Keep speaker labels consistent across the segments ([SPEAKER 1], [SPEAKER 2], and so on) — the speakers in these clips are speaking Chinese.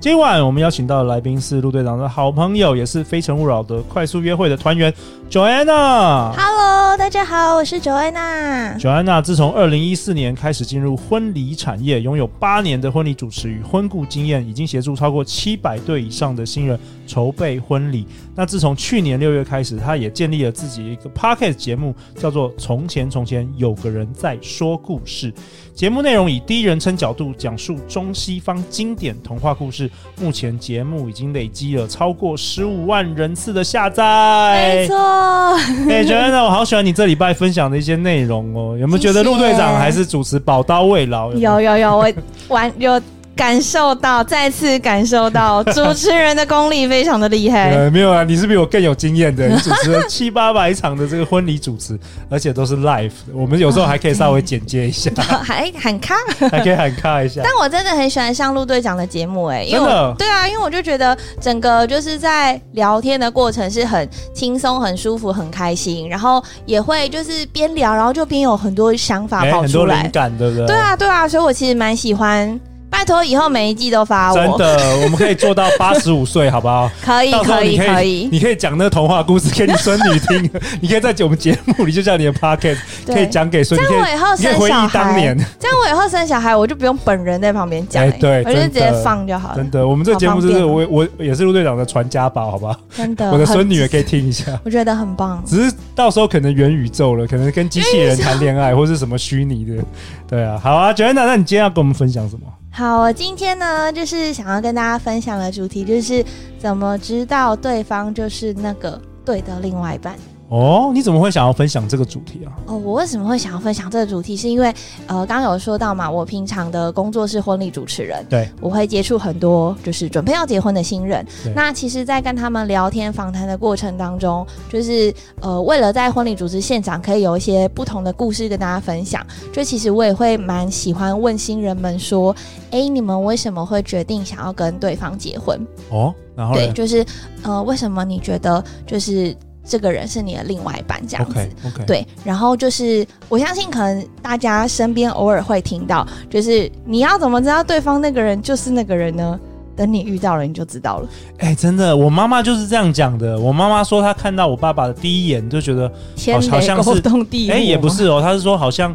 [SPEAKER 1] 今晚我们邀请到的来宾是陆队长的好朋友，也是《非诚勿扰》的快速约会的团员 Joanna。
[SPEAKER 2] Hello，大家好，我是 Joanna。
[SPEAKER 1] Joanna 自从二零一四年开始进入婚礼产业，拥有八年的婚礼主持与婚顾经验，已经协助超过七百对以上的新人筹备婚礼。那自从去年六月开始，她也建立了自己一个 podcast 节目，叫做《从前从前有个人在说故事》。节目内容以第一人称角度讲述中西方经典童话故事。目前节目已经累积了超过十五万人次的下载。
[SPEAKER 2] 没错，
[SPEAKER 1] 哎、j o a n n a 我好喜欢你这礼拜分享的一些内容哦。有没有觉得
[SPEAKER 2] 谢谢
[SPEAKER 1] 陆队长还是主持宝刀未老？没
[SPEAKER 2] 有有有，我完有感受到，再次感受到主持人的功力非常的厉害。
[SPEAKER 1] 呃，没有啊，你是比我更有经验的，你主持了七八百场的这个婚礼主持，而且都是 live，的我们有时候还可以稍
[SPEAKER 2] 哦
[SPEAKER 1] 微剪接一下，
[SPEAKER 2] 还喊卡，
[SPEAKER 1] 还可以喊卡一下。哎
[SPEAKER 2] 但我真的很喜欢上陆队长的节目、哎，因为
[SPEAKER 1] 真
[SPEAKER 2] 我
[SPEAKER 1] 的
[SPEAKER 2] 对啊，因为我就觉得整个就是在聊天的过程是很轻松、很舒服、很开心，然后也会就是边聊，然后就边有很多想法
[SPEAKER 1] 哎
[SPEAKER 2] 跑
[SPEAKER 1] 很
[SPEAKER 2] 出
[SPEAKER 1] 多
[SPEAKER 2] 来。
[SPEAKER 1] 灵感，对不对？
[SPEAKER 2] 对。啊，对啊，所以我其实蛮喜欢。拜托，以后每一季都发我，
[SPEAKER 1] 真的，我们可以做到八十五岁，好不好？
[SPEAKER 2] 可以
[SPEAKER 1] 到时候
[SPEAKER 2] 可
[SPEAKER 1] 你
[SPEAKER 2] 以
[SPEAKER 1] 可
[SPEAKER 2] 可
[SPEAKER 1] 以，
[SPEAKER 2] 以，
[SPEAKER 1] 你可以讲那个童话故事给你孙女听， 你可以在我们节目里就叫你的 podcast
[SPEAKER 2] 对
[SPEAKER 1] 可以讲给孙女，
[SPEAKER 2] 这
[SPEAKER 1] 你
[SPEAKER 2] 样
[SPEAKER 1] 可
[SPEAKER 2] 我以后
[SPEAKER 1] 以你可以
[SPEAKER 2] 生
[SPEAKER 1] 回
[SPEAKER 2] 小
[SPEAKER 1] 忆当
[SPEAKER 2] 孩
[SPEAKER 1] 年，。
[SPEAKER 2] 这样我以后生小孩，我就不用本人在旁边讲、
[SPEAKER 1] 哎
[SPEAKER 2] 欸，
[SPEAKER 1] 对
[SPEAKER 2] 我就直
[SPEAKER 1] 真的
[SPEAKER 2] 接放就好了
[SPEAKER 1] 真，的，我们这节目就是
[SPEAKER 2] 好方
[SPEAKER 1] 我我也是陆队长的传家宝，好不 好？
[SPEAKER 2] 真的。
[SPEAKER 1] 我的孙女也
[SPEAKER 2] 很，
[SPEAKER 1] 可以听一下。
[SPEAKER 2] 我觉得很棒。
[SPEAKER 1] 只是到时候可能元宇宙了，可能跟机器人谈恋爱，或是什么虚拟的，对啊。好啊，九安娜，那你今天要跟我们分享什么？
[SPEAKER 2] 好，我今天呢，就是想要跟大家分享的主题就是怎么知道对方就是那个对的另外一半。
[SPEAKER 1] 哦，你怎么会想要分享这个主题啊？
[SPEAKER 2] 哦，我为什么会想要分享这个主题？是因为呃，刚刚有说到嘛，我平常的工作是婚礼主持人，
[SPEAKER 1] 对，
[SPEAKER 2] 我会接触很多就是准备要结婚的新人
[SPEAKER 1] 对。
[SPEAKER 2] 那其实，在跟他们聊天访谈的过程当中，就是呃，为了在婚礼主持现场可以有一些不同的故事跟大家分享，就其实我也会蛮喜欢问新人们说，诶，你们为什么会决定想要跟对方结婚？
[SPEAKER 1] 哦，然后
[SPEAKER 2] 对，
[SPEAKER 1] 呢
[SPEAKER 2] 就是呃，为什么你觉得就是这个人是你的另外一半这样子？
[SPEAKER 1] ？OK OK，，
[SPEAKER 2] 对，然后就是我相信，可能大家身边偶尔会听到，就是你要怎么知道对方那个人就是那个人呢？等你遇到了，你就知道了。
[SPEAKER 1] 哎、真的，我妈妈就是这样讲的。我妈妈说她看到我爸爸的第一眼就觉得，
[SPEAKER 2] 天
[SPEAKER 1] 好
[SPEAKER 2] 雷
[SPEAKER 1] 像
[SPEAKER 2] 勾
[SPEAKER 1] 是
[SPEAKER 2] 动地火
[SPEAKER 1] 哎、
[SPEAKER 2] 吗，
[SPEAKER 1] 也不是哦，她是说好像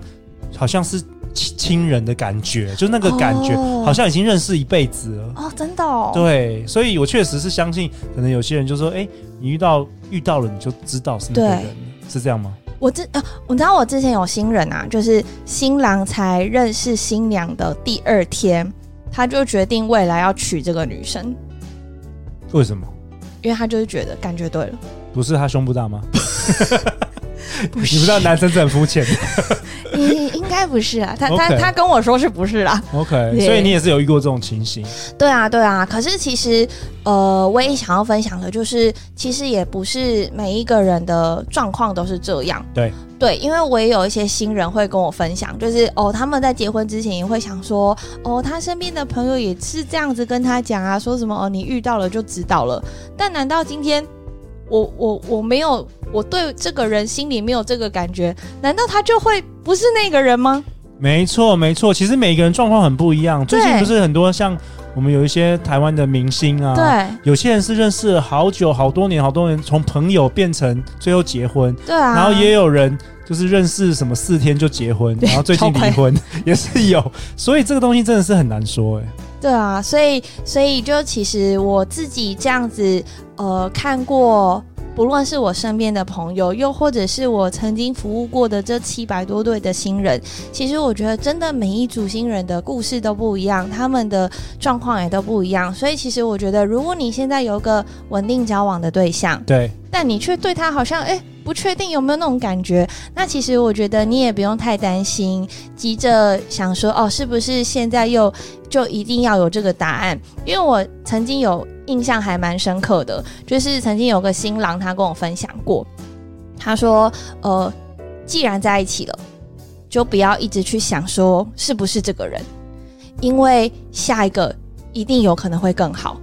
[SPEAKER 1] 好像是亲亲人的感觉，就那个感觉，
[SPEAKER 2] 哦
[SPEAKER 1] 好像已经认识一辈子了。
[SPEAKER 2] 哦，真的哦。
[SPEAKER 1] 对，所以我确实是相信，可能有些人就说，哎、你遇到遇到了，你就知道是那个
[SPEAKER 2] 对
[SPEAKER 1] 人了，是这样吗？
[SPEAKER 2] 我之啊，你知道我之前有新人啊，就是新郎才认识新娘的第二天，他就决定未来要娶这个女生，
[SPEAKER 1] 为什么？
[SPEAKER 2] 因为他就是觉得感觉对了。
[SPEAKER 1] 不是他胸部大吗？你不知道男生是很肤浅的
[SPEAKER 2] 应应该不是啊，他他
[SPEAKER 1] OK
[SPEAKER 2] 他跟我说是不是啦？
[SPEAKER 1] ，OK，
[SPEAKER 2] 对
[SPEAKER 1] 所以你也是有遇过这种情形，
[SPEAKER 2] 对啊，对啊。可是其实，呃，我也想要分享的就是，其实也不是每一个人的状况都是这样。
[SPEAKER 1] 对
[SPEAKER 2] 对，因为我也有一些新人会跟我分享，就是哦，他们在结婚之前也会想说，哦，他身边的朋友也是这样子跟他讲啊，说什么哦，你遇到了就知道了。但难道今天？我我我没有，我对这个人心里没有这个感觉，难道他就会不是那个人吗？
[SPEAKER 1] 没错，没错。其实每个人状况很不一样，最近
[SPEAKER 2] 对
[SPEAKER 1] 不是很多像我们有一些台湾的明星啊，，
[SPEAKER 2] 对
[SPEAKER 1] 有些人是认识了好久、好多年、好多年，从朋友变成最后结婚，
[SPEAKER 2] 对啊，
[SPEAKER 1] 然后也有人就是认识什么四天就结婚，
[SPEAKER 2] 对
[SPEAKER 1] 然后最近
[SPEAKER 2] 超快
[SPEAKER 1] 离婚 也是有，所以这个东西真的是很难说哎、
[SPEAKER 2] 对啊，所以所以就其实我自己这样子，呃，看过，不论是我身边的朋友，又或者是我曾经服务过的这七百多对的新人，其实我觉得真的每一组新人的故事都不一样，他们的状况也都不一样，所以其实我觉得，如果你现在有个稳定交往的对象，
[SPEAKER 1] 对，
[SPEAKER 2] 但你却对他好像哎不确定有没有那种感觉。那其实我觉得你也不用太担心，急着想说哦，是不是现在又就一定要有这个答案？因为我曾经有印象还蛮深刻的，就是曾经有个新郎他跟我分享过，他说呃，既然在一起了，就不要一直去想说是不是这个人，因为下一个一定有可能会更好。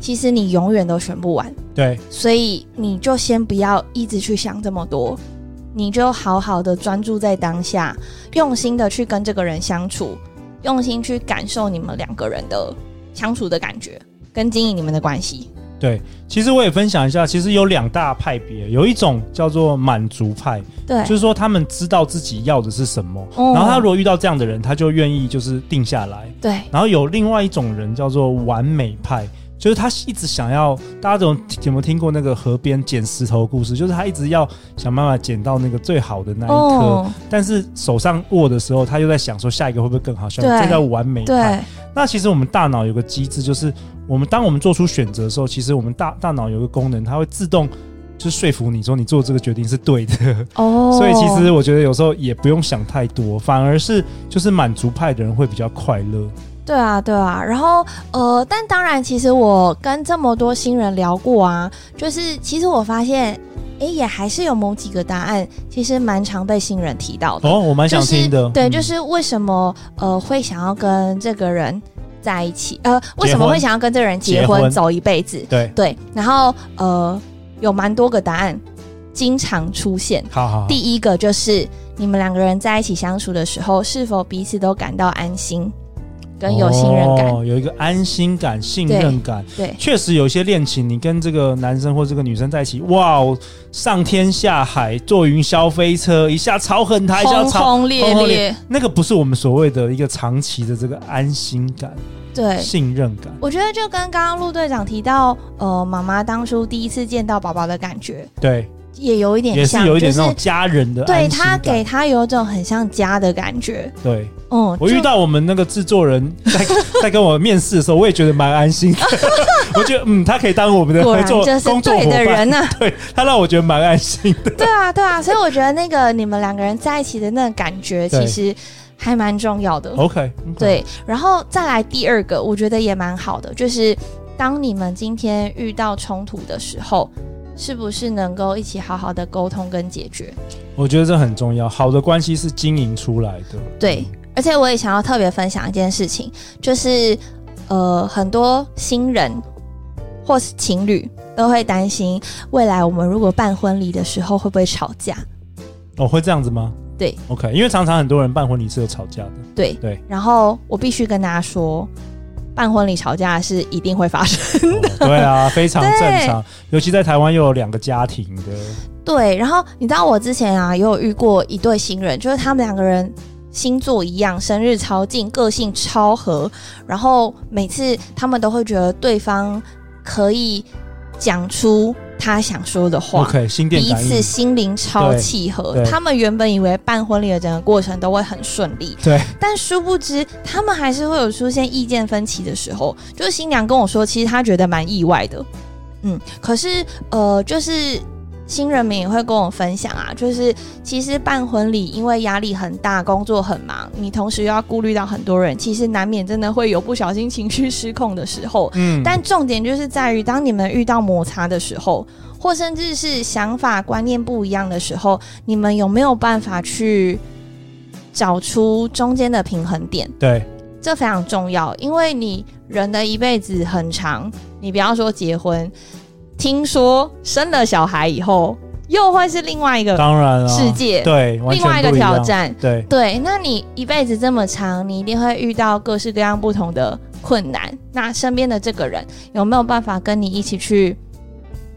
[SPEAKER 2] 其实你永远都选不完。
[SPEAKER 1] 对，
[SPEAKER 2] 所以你就先不要一直去想这么多，你就好好的专注在当下，用心的去跟这个人相处，用心去感受你们两个人的相处的感觉，跟经营你们的关系。
[SPEAKER 1] 其实我也分享一下，其实有两大派别，有一种叫做满足派，
[SPEAKER 2] 对
[SPEAKER 1] 就是说他们知道自己要的是什么，
[SPEAKER 2] 哦
[SPEAKER 1] 然后他如果遇到这样的人，他就愿意就是定下来。
[SPEAKER 2] 对
[SPEAKER 1] 然后有另外一种人叫做完美派，就是他一直想要，大家有有没有听过那个河边捡石头的故事？就是他一直要想办法捡到那个最好的那一颗，
[SPEAKER 2] 哦，
[SPEAKER 1] 但是手上握的时候，他又在想说下一个会不会更好，下一个
[SPEAKER 2] 对
[SPEAKER 1] 这叫完美派。
[SPEAKER 2] 对
[SPEAKER 1] 那其实我们大脑有个机制，就是我们当我们做出选择的时候，其实我们大大脑有个功能，它会自动。就说服你说你做这个决定是对的，
[SPEAKER 2] 哦，
[SPEAKER 1] 所以其实我觉得有时候也不用想太多，反而是就是满足派的人会比较快乐。
[SPEAKER 2] 对啊，对啊，然后呃，但当然，其实我跟这么多新人聊过啊，就是其实我发现，哎，也还是有某几个答案，其实蛮常被新人提到的。
[SPEAKER 1] 哦，我蛮想听的。
[SPEAKER 2] 就是、对，就
[SPEAKER 1] 嗯
[SPEAKER 2] 是为什么呃会想要跟这个人在一起？呃，为什么会想要跟这个人结
[SPEAKER 1] 结
[SPEAKER 2] 婚
[SPEAKER 1] 婚
[SPEAKER 2] 走一辈子？
[SPEAKER 1] 对，
[SPEAKER 2] 对，然后呃有蛮多个答案，经常出现。
[SPEAKER 1] 好好好
[SPEAKER 2] 第一个就是你们两个人在一起相处的时候，是否彼此都感到安心，跟有信任感？
[SPEAKER 1] 哦有一个安心感、信任感。
[SPEAKER 2] 对
[SPEAKER 1] 确实有一些恋情，你跟这个男生或这个女生在一起，哇，哦，上天下海，坐云霄飞车，一下吵很他，一下
[SPEAKER 2] 轰
[SPEAKER 1] 吵。
[SPEAKER 2] 轰烈
[SPEAKER 1] 轰轰
[SPEAKER 2] 烈，
[SPEAKER 1] 那个不是我们所谓的一个长期的这个安心感、
[SPEAKER 2] 对，
[SPEAKER 1] 信任感。
[SPEAKER 2] 我觉得就跟刚刚陆队长提到，呃，妈妈当初第一次见到宝宝的感觉，
[SPEAKER 1] 对，
[SPEAKER 2] 也有一点
[SPEAKER 1] 也
[SPEAKER 2] 像，
[SPEAKER 1] 是有一点
[SPEAKER 2] 就
[SPEAKER 1] 那种家人的
[SPEAKER 2] 对
[SPEAKER 1] 安心
[SPEAKER 2] 他
[SPEAKER 1] 感。
[SPEAKER 2] 给他有一种很像家的感觉。
[SPEAKER 1] 对，
[SPEAKER 2] 嗯，
[SPEAKER 1] 我
[SPEAKER 2] 就
[SPEAKER 1] 遇到我们那个制作人在 在跟我面试的时候，我也觉得蛮安 心的。我觉得嗯，他可以当我们的
[SPEAKER 2] 果
[SPEAKER 1] 合
[SPEAKER 2] 然
[SPEAKER 1] 作
[SPEAKER 2] 这是
[SPEAKER 1] 工作
[SPEAKER 2] 对
[SPEAKER 1] 伙
[SPEAKER 2] 的
[SPEAKER 1] 伴
[SPEAKER 2] 人， 呐、
[SPEAKER 1] 对他让我觉得蛮安心 的。
[SPEAKER 2] 对啊，对啊，所以我觉得那个你们两个人在一起的那个感觉，
[SPEAKER 1] 对哦
[SPEAKER 2] 其实还蛮重要的。
[SPEAKER 1] OK，,
[SPEAKER 2] 对，然后再来第二个，我觉得也蛮好的，就是当你们今天遇到冲突的时候，是不是能够一起好好的沟通跟解决？
[SPEAKER 1] 我觉得这很重要。好的关系是经营出来的。
[SPEAKER 2] 对，而且我也想要特别分享一件事情，就是呃，很多新人或是情侣都会担心，未来我们如果办婚礼的时候会不会吵架？
[SPEAKER 1] 哦，会这样子吗？
[SPEAKER 2] 对
[SPEAKER 1] ，OK，因为常常很多人办婚礼是有吵架的。
[SPEAKER 2] 对
[SPEAKER 1] 对，
[SPEAKER 2] 然后我必须跟大家说，办婚礼吵架是一定会发生。
[SPEAKER 1] 哦对啊，非常
[SPEAKER 2] 对
[SPEAKER 1] 正常。尤其在台湾又有两个家庭的，
[SPEAKER 2] 对，然后你知道我之前啊也有遇过一对新人，就是他们两个人星座一样，生日超近，个性超合，然后每次他们都会觉得对方可以讲出他想说的话。
[SPEAKER 1] OK，心电
[SPEAKER 2] 彼
[SPEAKER 1] 感
[SPEAKER 2] 此
[SPEAKER 1] 应。
[SPEAKER 2] 心灵超
[SPEAKER 1] 对
[SPEAKER 2] 契合
[SPEAKER 1] 对，
[SPEAKER 2] 他们原本以为办婚礼的整个过程都会很顺利，
[SPEAKER 1] 对，
[SPEAKER 2] 但殊不知他们还是会有出现意见分歧的时候。就是新娘跟我说，其实她觉得蛮意外的，嗯，可是呃，就是新人们也会跟我分享啊，就是其实办婚礼因为压力很大，工作很忙，你同时又要顾虑到很多人，其实难免真的会有不小心情绪失控的时候。
[SPEAKER 1] 嗯，
[SPEAKER 2] 但重点就是在于，当你们遇到摩擦的时候，或甚至是想法观念不一样的时候，你们有没有办法去找出中间的平衡点？
[SPEAKER 1] 对
[SPEAKER 2] 这非常重要，因为你人的一辈子很长，你不要说结婚，听说生了小孩以后，又会是另外一个
[SPEAKER 1] 当然了，啊
[SPEAKER 2] 世界
[SPEAKER 1] 对，完
[SPEAKER 2] 另
[SPEAKER 1] 全
[SPEAKER 2] 外一个
[SPEAKER 1] 不样
[SPEAKER 2] 挑。战。
[SPEAKER 1] 对，
[SPEAKER 2] 对，那你一辈子这么长，你一定会遇到各式各样不同的困难。那身边的这个人有没有办法跟你一起去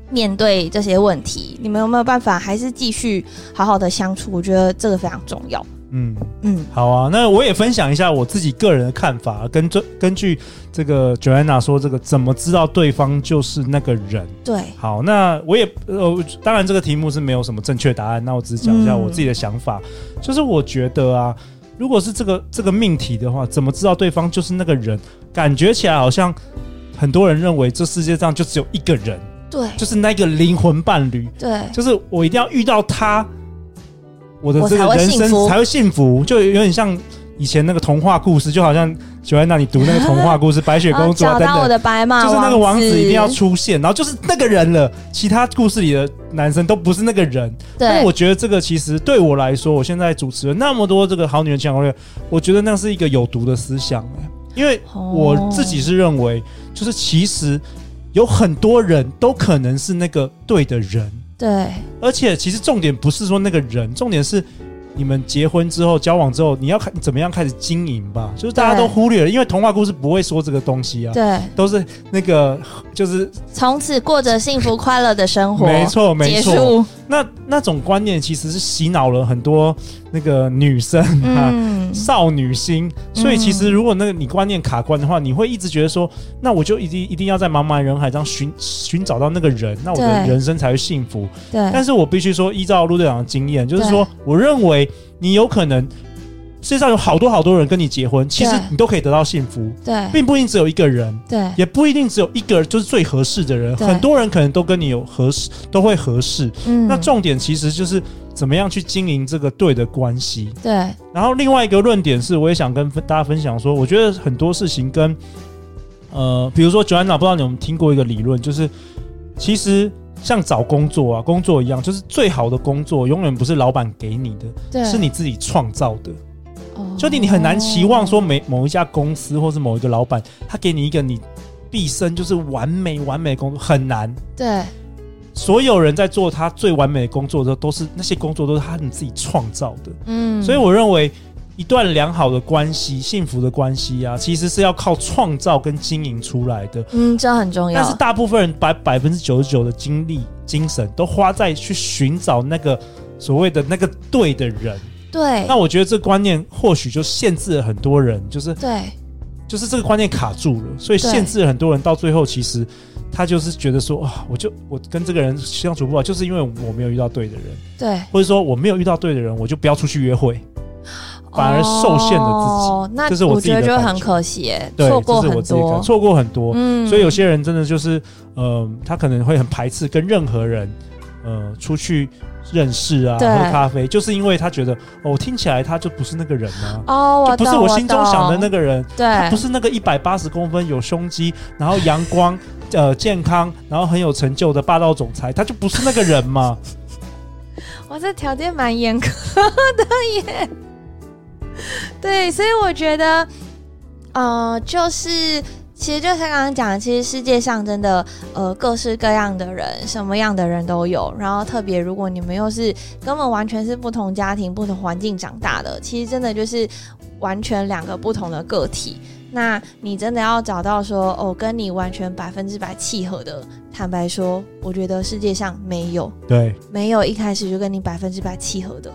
[SPEAKER 2] 面对这些问题？你们有没有办法还是继续好好的相处？我觉得这个非常重要。
[SPEAKER 1] 嗯。
[SPEAKER 2] 嗯，
[SPEAKER 1] 好啊，那我也分享一下我自己个人的看法，跟这根据这个 Joanna 说，这个怎么知道对方就是那个人？
[SPEAKER 2] 对，
[SPEAKER 1] 好，那我也呃，当然这个题目是没有什么正确答案，那我只是讲一下
[SPEAKER 2] 嗯
[SPEAKER 1] 我自己的想法，就是我觉得啊，如果是这个这个命题的话，怎么知道对方就是那个人？感觉起来好像很多人认为这世界上就只有一个人，
[SPEAKER 2] 对
[SPEAKER 1] 就是那个灵魂伴侣，
[SPEAKER 2] 对，
[SPEAKER 1] 就是我一定要遇到他，我的
[SPEAKER 2] 我
[SPEAKER 1] 这
[SPEAKER 2] 才
[SPEAKER 1] 个
[SPEAKER 2] 会
[SPEAKER 1] 人
[SPEAKER 2] 幸
[SPEAKER 1] 生
[SPEAKER 2] 福
[SPEAKER 1] 才会幸福，就有点像以前那个童话故事，就好像喜欢那你读那个童话故事，白雪公主啊
[SPEAKER 2] 找
[SPEAKER 1] 等
[SPEAKER 2] 到我
[SPEAKER 1] 等。
[SPEAKER 2] 的白马，
[SPEAKER 1] 就是那个王
[SPEAKER 2] 王
[SPEAKER 1] 子一定要出现，然后就是那个人了。其他故事里的男生都不是那个人，那
[SPEAKER 2] 对，
[SPEAKER 1] 我觉得这个其实对我来说，我现在主持了那么多这个好女人情感攻略，我觉得那是一个有毒的思想、欸因为我自己是认为，就是其实有很多人都可能是那个对的人，
[SPEAKER 2] 对
[SPEAKER 1] 而且其实重点不是说那个人，重点是。你们结婚之后、交往之后，你要看怎么样开始经营吧。就是大家
[SPEAKER 2] 对
[SPEAKER 1] 都忽略了，因为童话故事不会说这个东西啊，
[SPEAKER 2] 对，
[SPEAKER 1] 都是那个就是
[SPEAKER 2] 从此过着幸福快乐的生活，
[SPEAKER 1] 没错没
[SPEAKER 2] 结
[SPEAKER 1] 错。
[SPEAKER 2] 束，
[SPEAKER 1] 那那种观念其实是洗脑了很多那个女生啊、
[SPEAKER 2] 嗯，
[SPEAKER 1] 少女心，所以其实如果那个你观念卡关的话，你会一直觉得说，那我就一定一定要在茫茫人海中寻寻找到那个人，那我的
[SPEAKER 2] 对
[SPEAKER 1] 人生才会幸福。但
[SPEAKER 2] 对
[SPEAKER 1] 是我必须说，依照陆队长的经验，就是说，我认为你有可能世界上有好多好多人跟你结婚，其实
[SPEAKER 2] 对
[SPEAKER 1] 你都可以得到幸福，
[SPEAKER 2] 对
[SPEAKER 1] 并不一定只有一个人。
[SPEAKER 2] 对
[SPEAKER 1] 也不一定只有一个就是最合适的人，
[SPEAKER 2] 对
[SPEAKER 1] 很多人可能都跟你有合适，都会合适。
[SPEAKER 2] 嗯
[SPEAKER 1] 那重点其实就是怎么样去经营这个对的关系。
[SPEAKER 2] 对
[SPEAKER 1] 然后另外一个论点是，我也想跟分大家分享说，我觉得很多事情跟呃，比如说 Joanna，不知道你们有没有听过一个理论，就是其实像找工作啊，工作一样，就是最好的工作永远不是老板给你的，
[SPEAKER 2] 对，
[SPEAKER 1] 是你自己创造的。
[SPEAKER 2] 哦，
[SPEAKER 1] 就你你很难期望说每某一家公司或是某一个老板，他给你一个你毕生就是完美完美的工作，很难。
[SPEAKER 2] 对
[SPEAKER 1] 所有人在做他最完美的工作的时候，都是那些工作都是他们自己创造的。
[SPEAKER 2] 嗯，
[SPEAKER 1] 所以我认为，一段良好的关系、幸福的关系啊，其实是要靠创造跟经营出来的。
[SPEAKER 2] 嗯，这很重要，
[SPEAKER 1] 但是大部分人把百分之九十九的精力、精神都花在去寻找那个所谓的那个对的人。
[SPEAKER 2] 对
[SPEAKER 1] 那我觉得这观念或许就限制了很多人，就是
[SPEAKER 2] 对
[SPEAKER 1] 就是这个观念卡住了，所以限制了很多人到最后其实。他就是觉得说啊，我就我跟这个人相处不好，就是因为我没有遇到对的人，
[SPEAKER 2] 对，
[SPEAKER 1] 或者说我没有遇到对的人，我就不要出去约会。反而受限了自己
[SPEAKER 2] 哦、那
[SPEAKER 1] 这是我自己
[SPEAKER 2] 觉
[SPEAKER 1] 的
[SPEAKER 2] 得就
[SPEAKER 1] 感
[SPEAKER 2] 很
[SPEAKER 1] 觉
[SPEAKER 2] 可惜耶，
[SPEAKER 1] 对，
[SPEAKER 2] 错过
[SPEAKER 1] 这是我
[SPEAKER 2] 很
[SPEAKER 1] 自己的看
[SPEAKER 2] 多
[SPEAKER 1] 法，错过很多。
[SPEAKER 2] 嗯
[SPEAKER 1] 所以有些人真的就是，呃，他可能会很排斥跟任何人，呃，出去认识啊，
[SPEAKER 2] 对
[SPEAKER 1] 喝咖啡，就是因为他觉得，哦，听起来他就不是那个人啊。
[SPEAKER 2] 哦，我
[SPEAKER 1] 就不是
[SPEAKER 2] 懂
[SPEAKER 1] 我心中想的那个人，
[SPEAKER 2] 懂对，
[SPEAKER 1] 他不是那个一百八十公分、有胸肌、然后阳光、 呃健康、然后很有成就的霸道总裁，他就不是那个人嘛。
[SPEAKER 2] 哇，这条件蛮严苛的耶。 对，所以我觉得，呃，就是其实就像刚刚讲的，其实世界上真的呃各式各样的人，什么样的人都有。然后特别如果你们又是根本完全是不同家庭、不同环境长大的，其实真的就是完全两个不同的个体。那你真的要找到说哦，跟你完全百分之百契合的，坦白说，我觉得世界上没有。
[SPEAKER 1] 对，
[SPEAKER 2] 没有一开始就跟你百分之百契合的。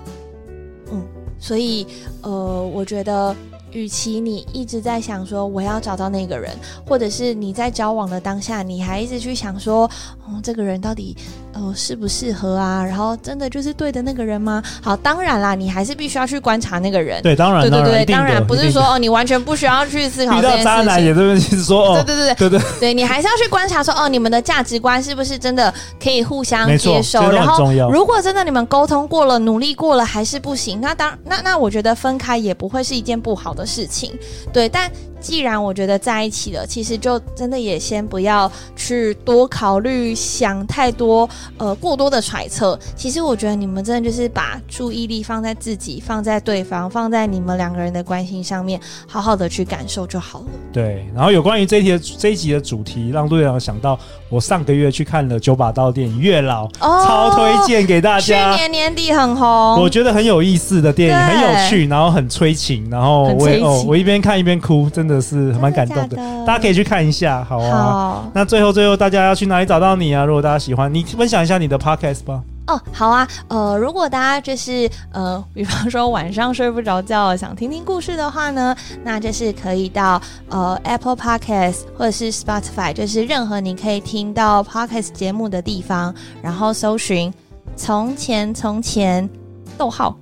[SPEAKER 2] 嗯，所以呃，我觉得，与其你一直在想说我要找到那个人，或者是你在交往的当下，你还一直去想说，哦，这个人到底呃适不适合啊？然后真的就是对的那个人吗？好，当然啦，你还是必须要去观察那个人。
[SPEAKER 1] 对，当然，
[SPEAKER 2] 对对，
[SPEAKER 1] 一定
[SPEAKER 2] 当
[SPEAKER 1] 的
[SPEAKER 2] 然不
[SPEAKER 1] 一
[SPEAKER 2] 是
[SPEAKER 1] 定
[SPEAKER 2] 说
[SPEAKER 1] 的
[SPEAKER 2] 哦，你完全不需要去思考
[SPEAKER 1] 遇
[SPEAKER 2] 这
[SPEAKER 1] 到
[SPEAKER 2] 件
[SPEAKER 1] 渣
[SPEAKER 2] 事
[SPEAKER 1] 男也
[SPEAKER 2] 情。
[SPEAKER 1] 这边是说，
[SPEAKER 2] 对
[SPEAKER 1] 哦，
[SPEAKER 2] 对对对，
[SPEAKER 1] 对对，
[SPEAKER 2] 对你还是要去观察说，哦，你们的价值观是不是真的可以互相
[SPEAKER 1] 没错，
[SPEAKER 2] 接
[SPEAKER 1] 这
[SPEAKER 2] 受？
[SPEAKER 1] 都
[SPEAKER 2] 然
[SPEAKER 1] 很
[SPEAKER 2] 后
[SPEAKER 1] 重要。
[SPEAKER 2] 如果真的你们沟通过了，努力过了还是不行，那当那那我觉得分开也不会是一件不好的事情，对。但既然我觉得在一起了，其实就真的也先不要去多考虑、想太多，呃，过多的揣测。其实我觉得你们真的就是把注意力放在自己、放在对方、放在你们两个人的关系上面，好好的去感受就好了。
[SPEAKER 1] 对，然后有关于这一题的这一集的主题，让陆队长想到我上个月去看了九把刀的电影《月老》，
[SPEAKER 2] 哦
[SPEAKER 1] 超推荐给大
[SPEAKER 2] 去
[SPEAKER 1] 家。
[SPEAKER 2] 年年底很红，
[SPEAKER 1] 我觉得很有意思的电影，很
[SPEAKER 2] 对
[SPEAKER 1] 有趣，然后很催情，然后
[SPEAKER 2] 很
[SPEAKER 1] 我也
[SPEAKER 2] 催
[SPEAKER 1] 哦，
[SPEAKER 2] 情
[SPEAKER 1] 我一边看一边哭，真的是蛮感动的。
[SPEAKER 2] 真的假的
[SPEAKER 1] 大家可以去看一下，好啊。
[SPEAKER 2] 好。
[SPEAKER 1] 那最后最后，大家要去哪里找到你啊？如果大家喜欢，你分享一下你的 podcast 吧。
[SPEAKER 2] 哦，好啊，呃，如果大家就是呃，比方说晚上睡不着觉， 想听听故事的话呢，那就是可以到呃 Apple Podcast 或者是 Spotify，就是任何你可以听到 Podcast 节目的地方，然后搜寻“从前从前”，逗号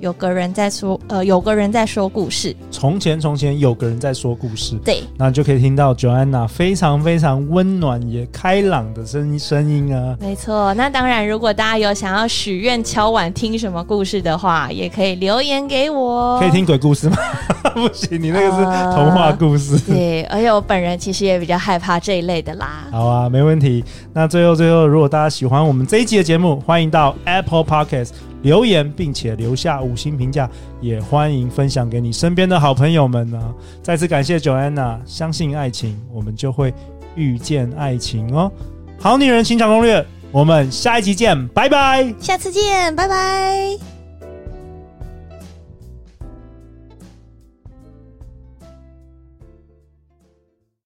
[SPEAKER 2] 有个人在说，呃，有个人在说故事，
[SPEAKER 1] 从前从前有个人在说故事，
[SPEAKER 2] 对，
[SPEAKER 1] 那你就可以听到 Joanna 非常非常温暖也开朗的声声音啊。
[SPEAKER 2] 没错。那当然，如果大家有想要许愿敲碗听什么故事的话，也可以留言给我。
[SPEAKER 1] 可以。听鬼故事吗？ 不行，你那个是童话故事。
[SPEAKER 2] 对，而且我本人其实也比较害怕这一类的啦。
[SPEAKER 1] 好啊，没问题。那最后最后，如果大家喜欢我们这一集的节目，欢迎到 Apple Podcast 留言，并且留下五星评价，也欢迎分享给你身边的好朋友们呢、啊再次感谢 Joanna，相信爱情，我们就会遇见爱情哦。好女人情场攻略，我们下一集见，拜拜。
[SPEAKER 2] 下次见，拜拜。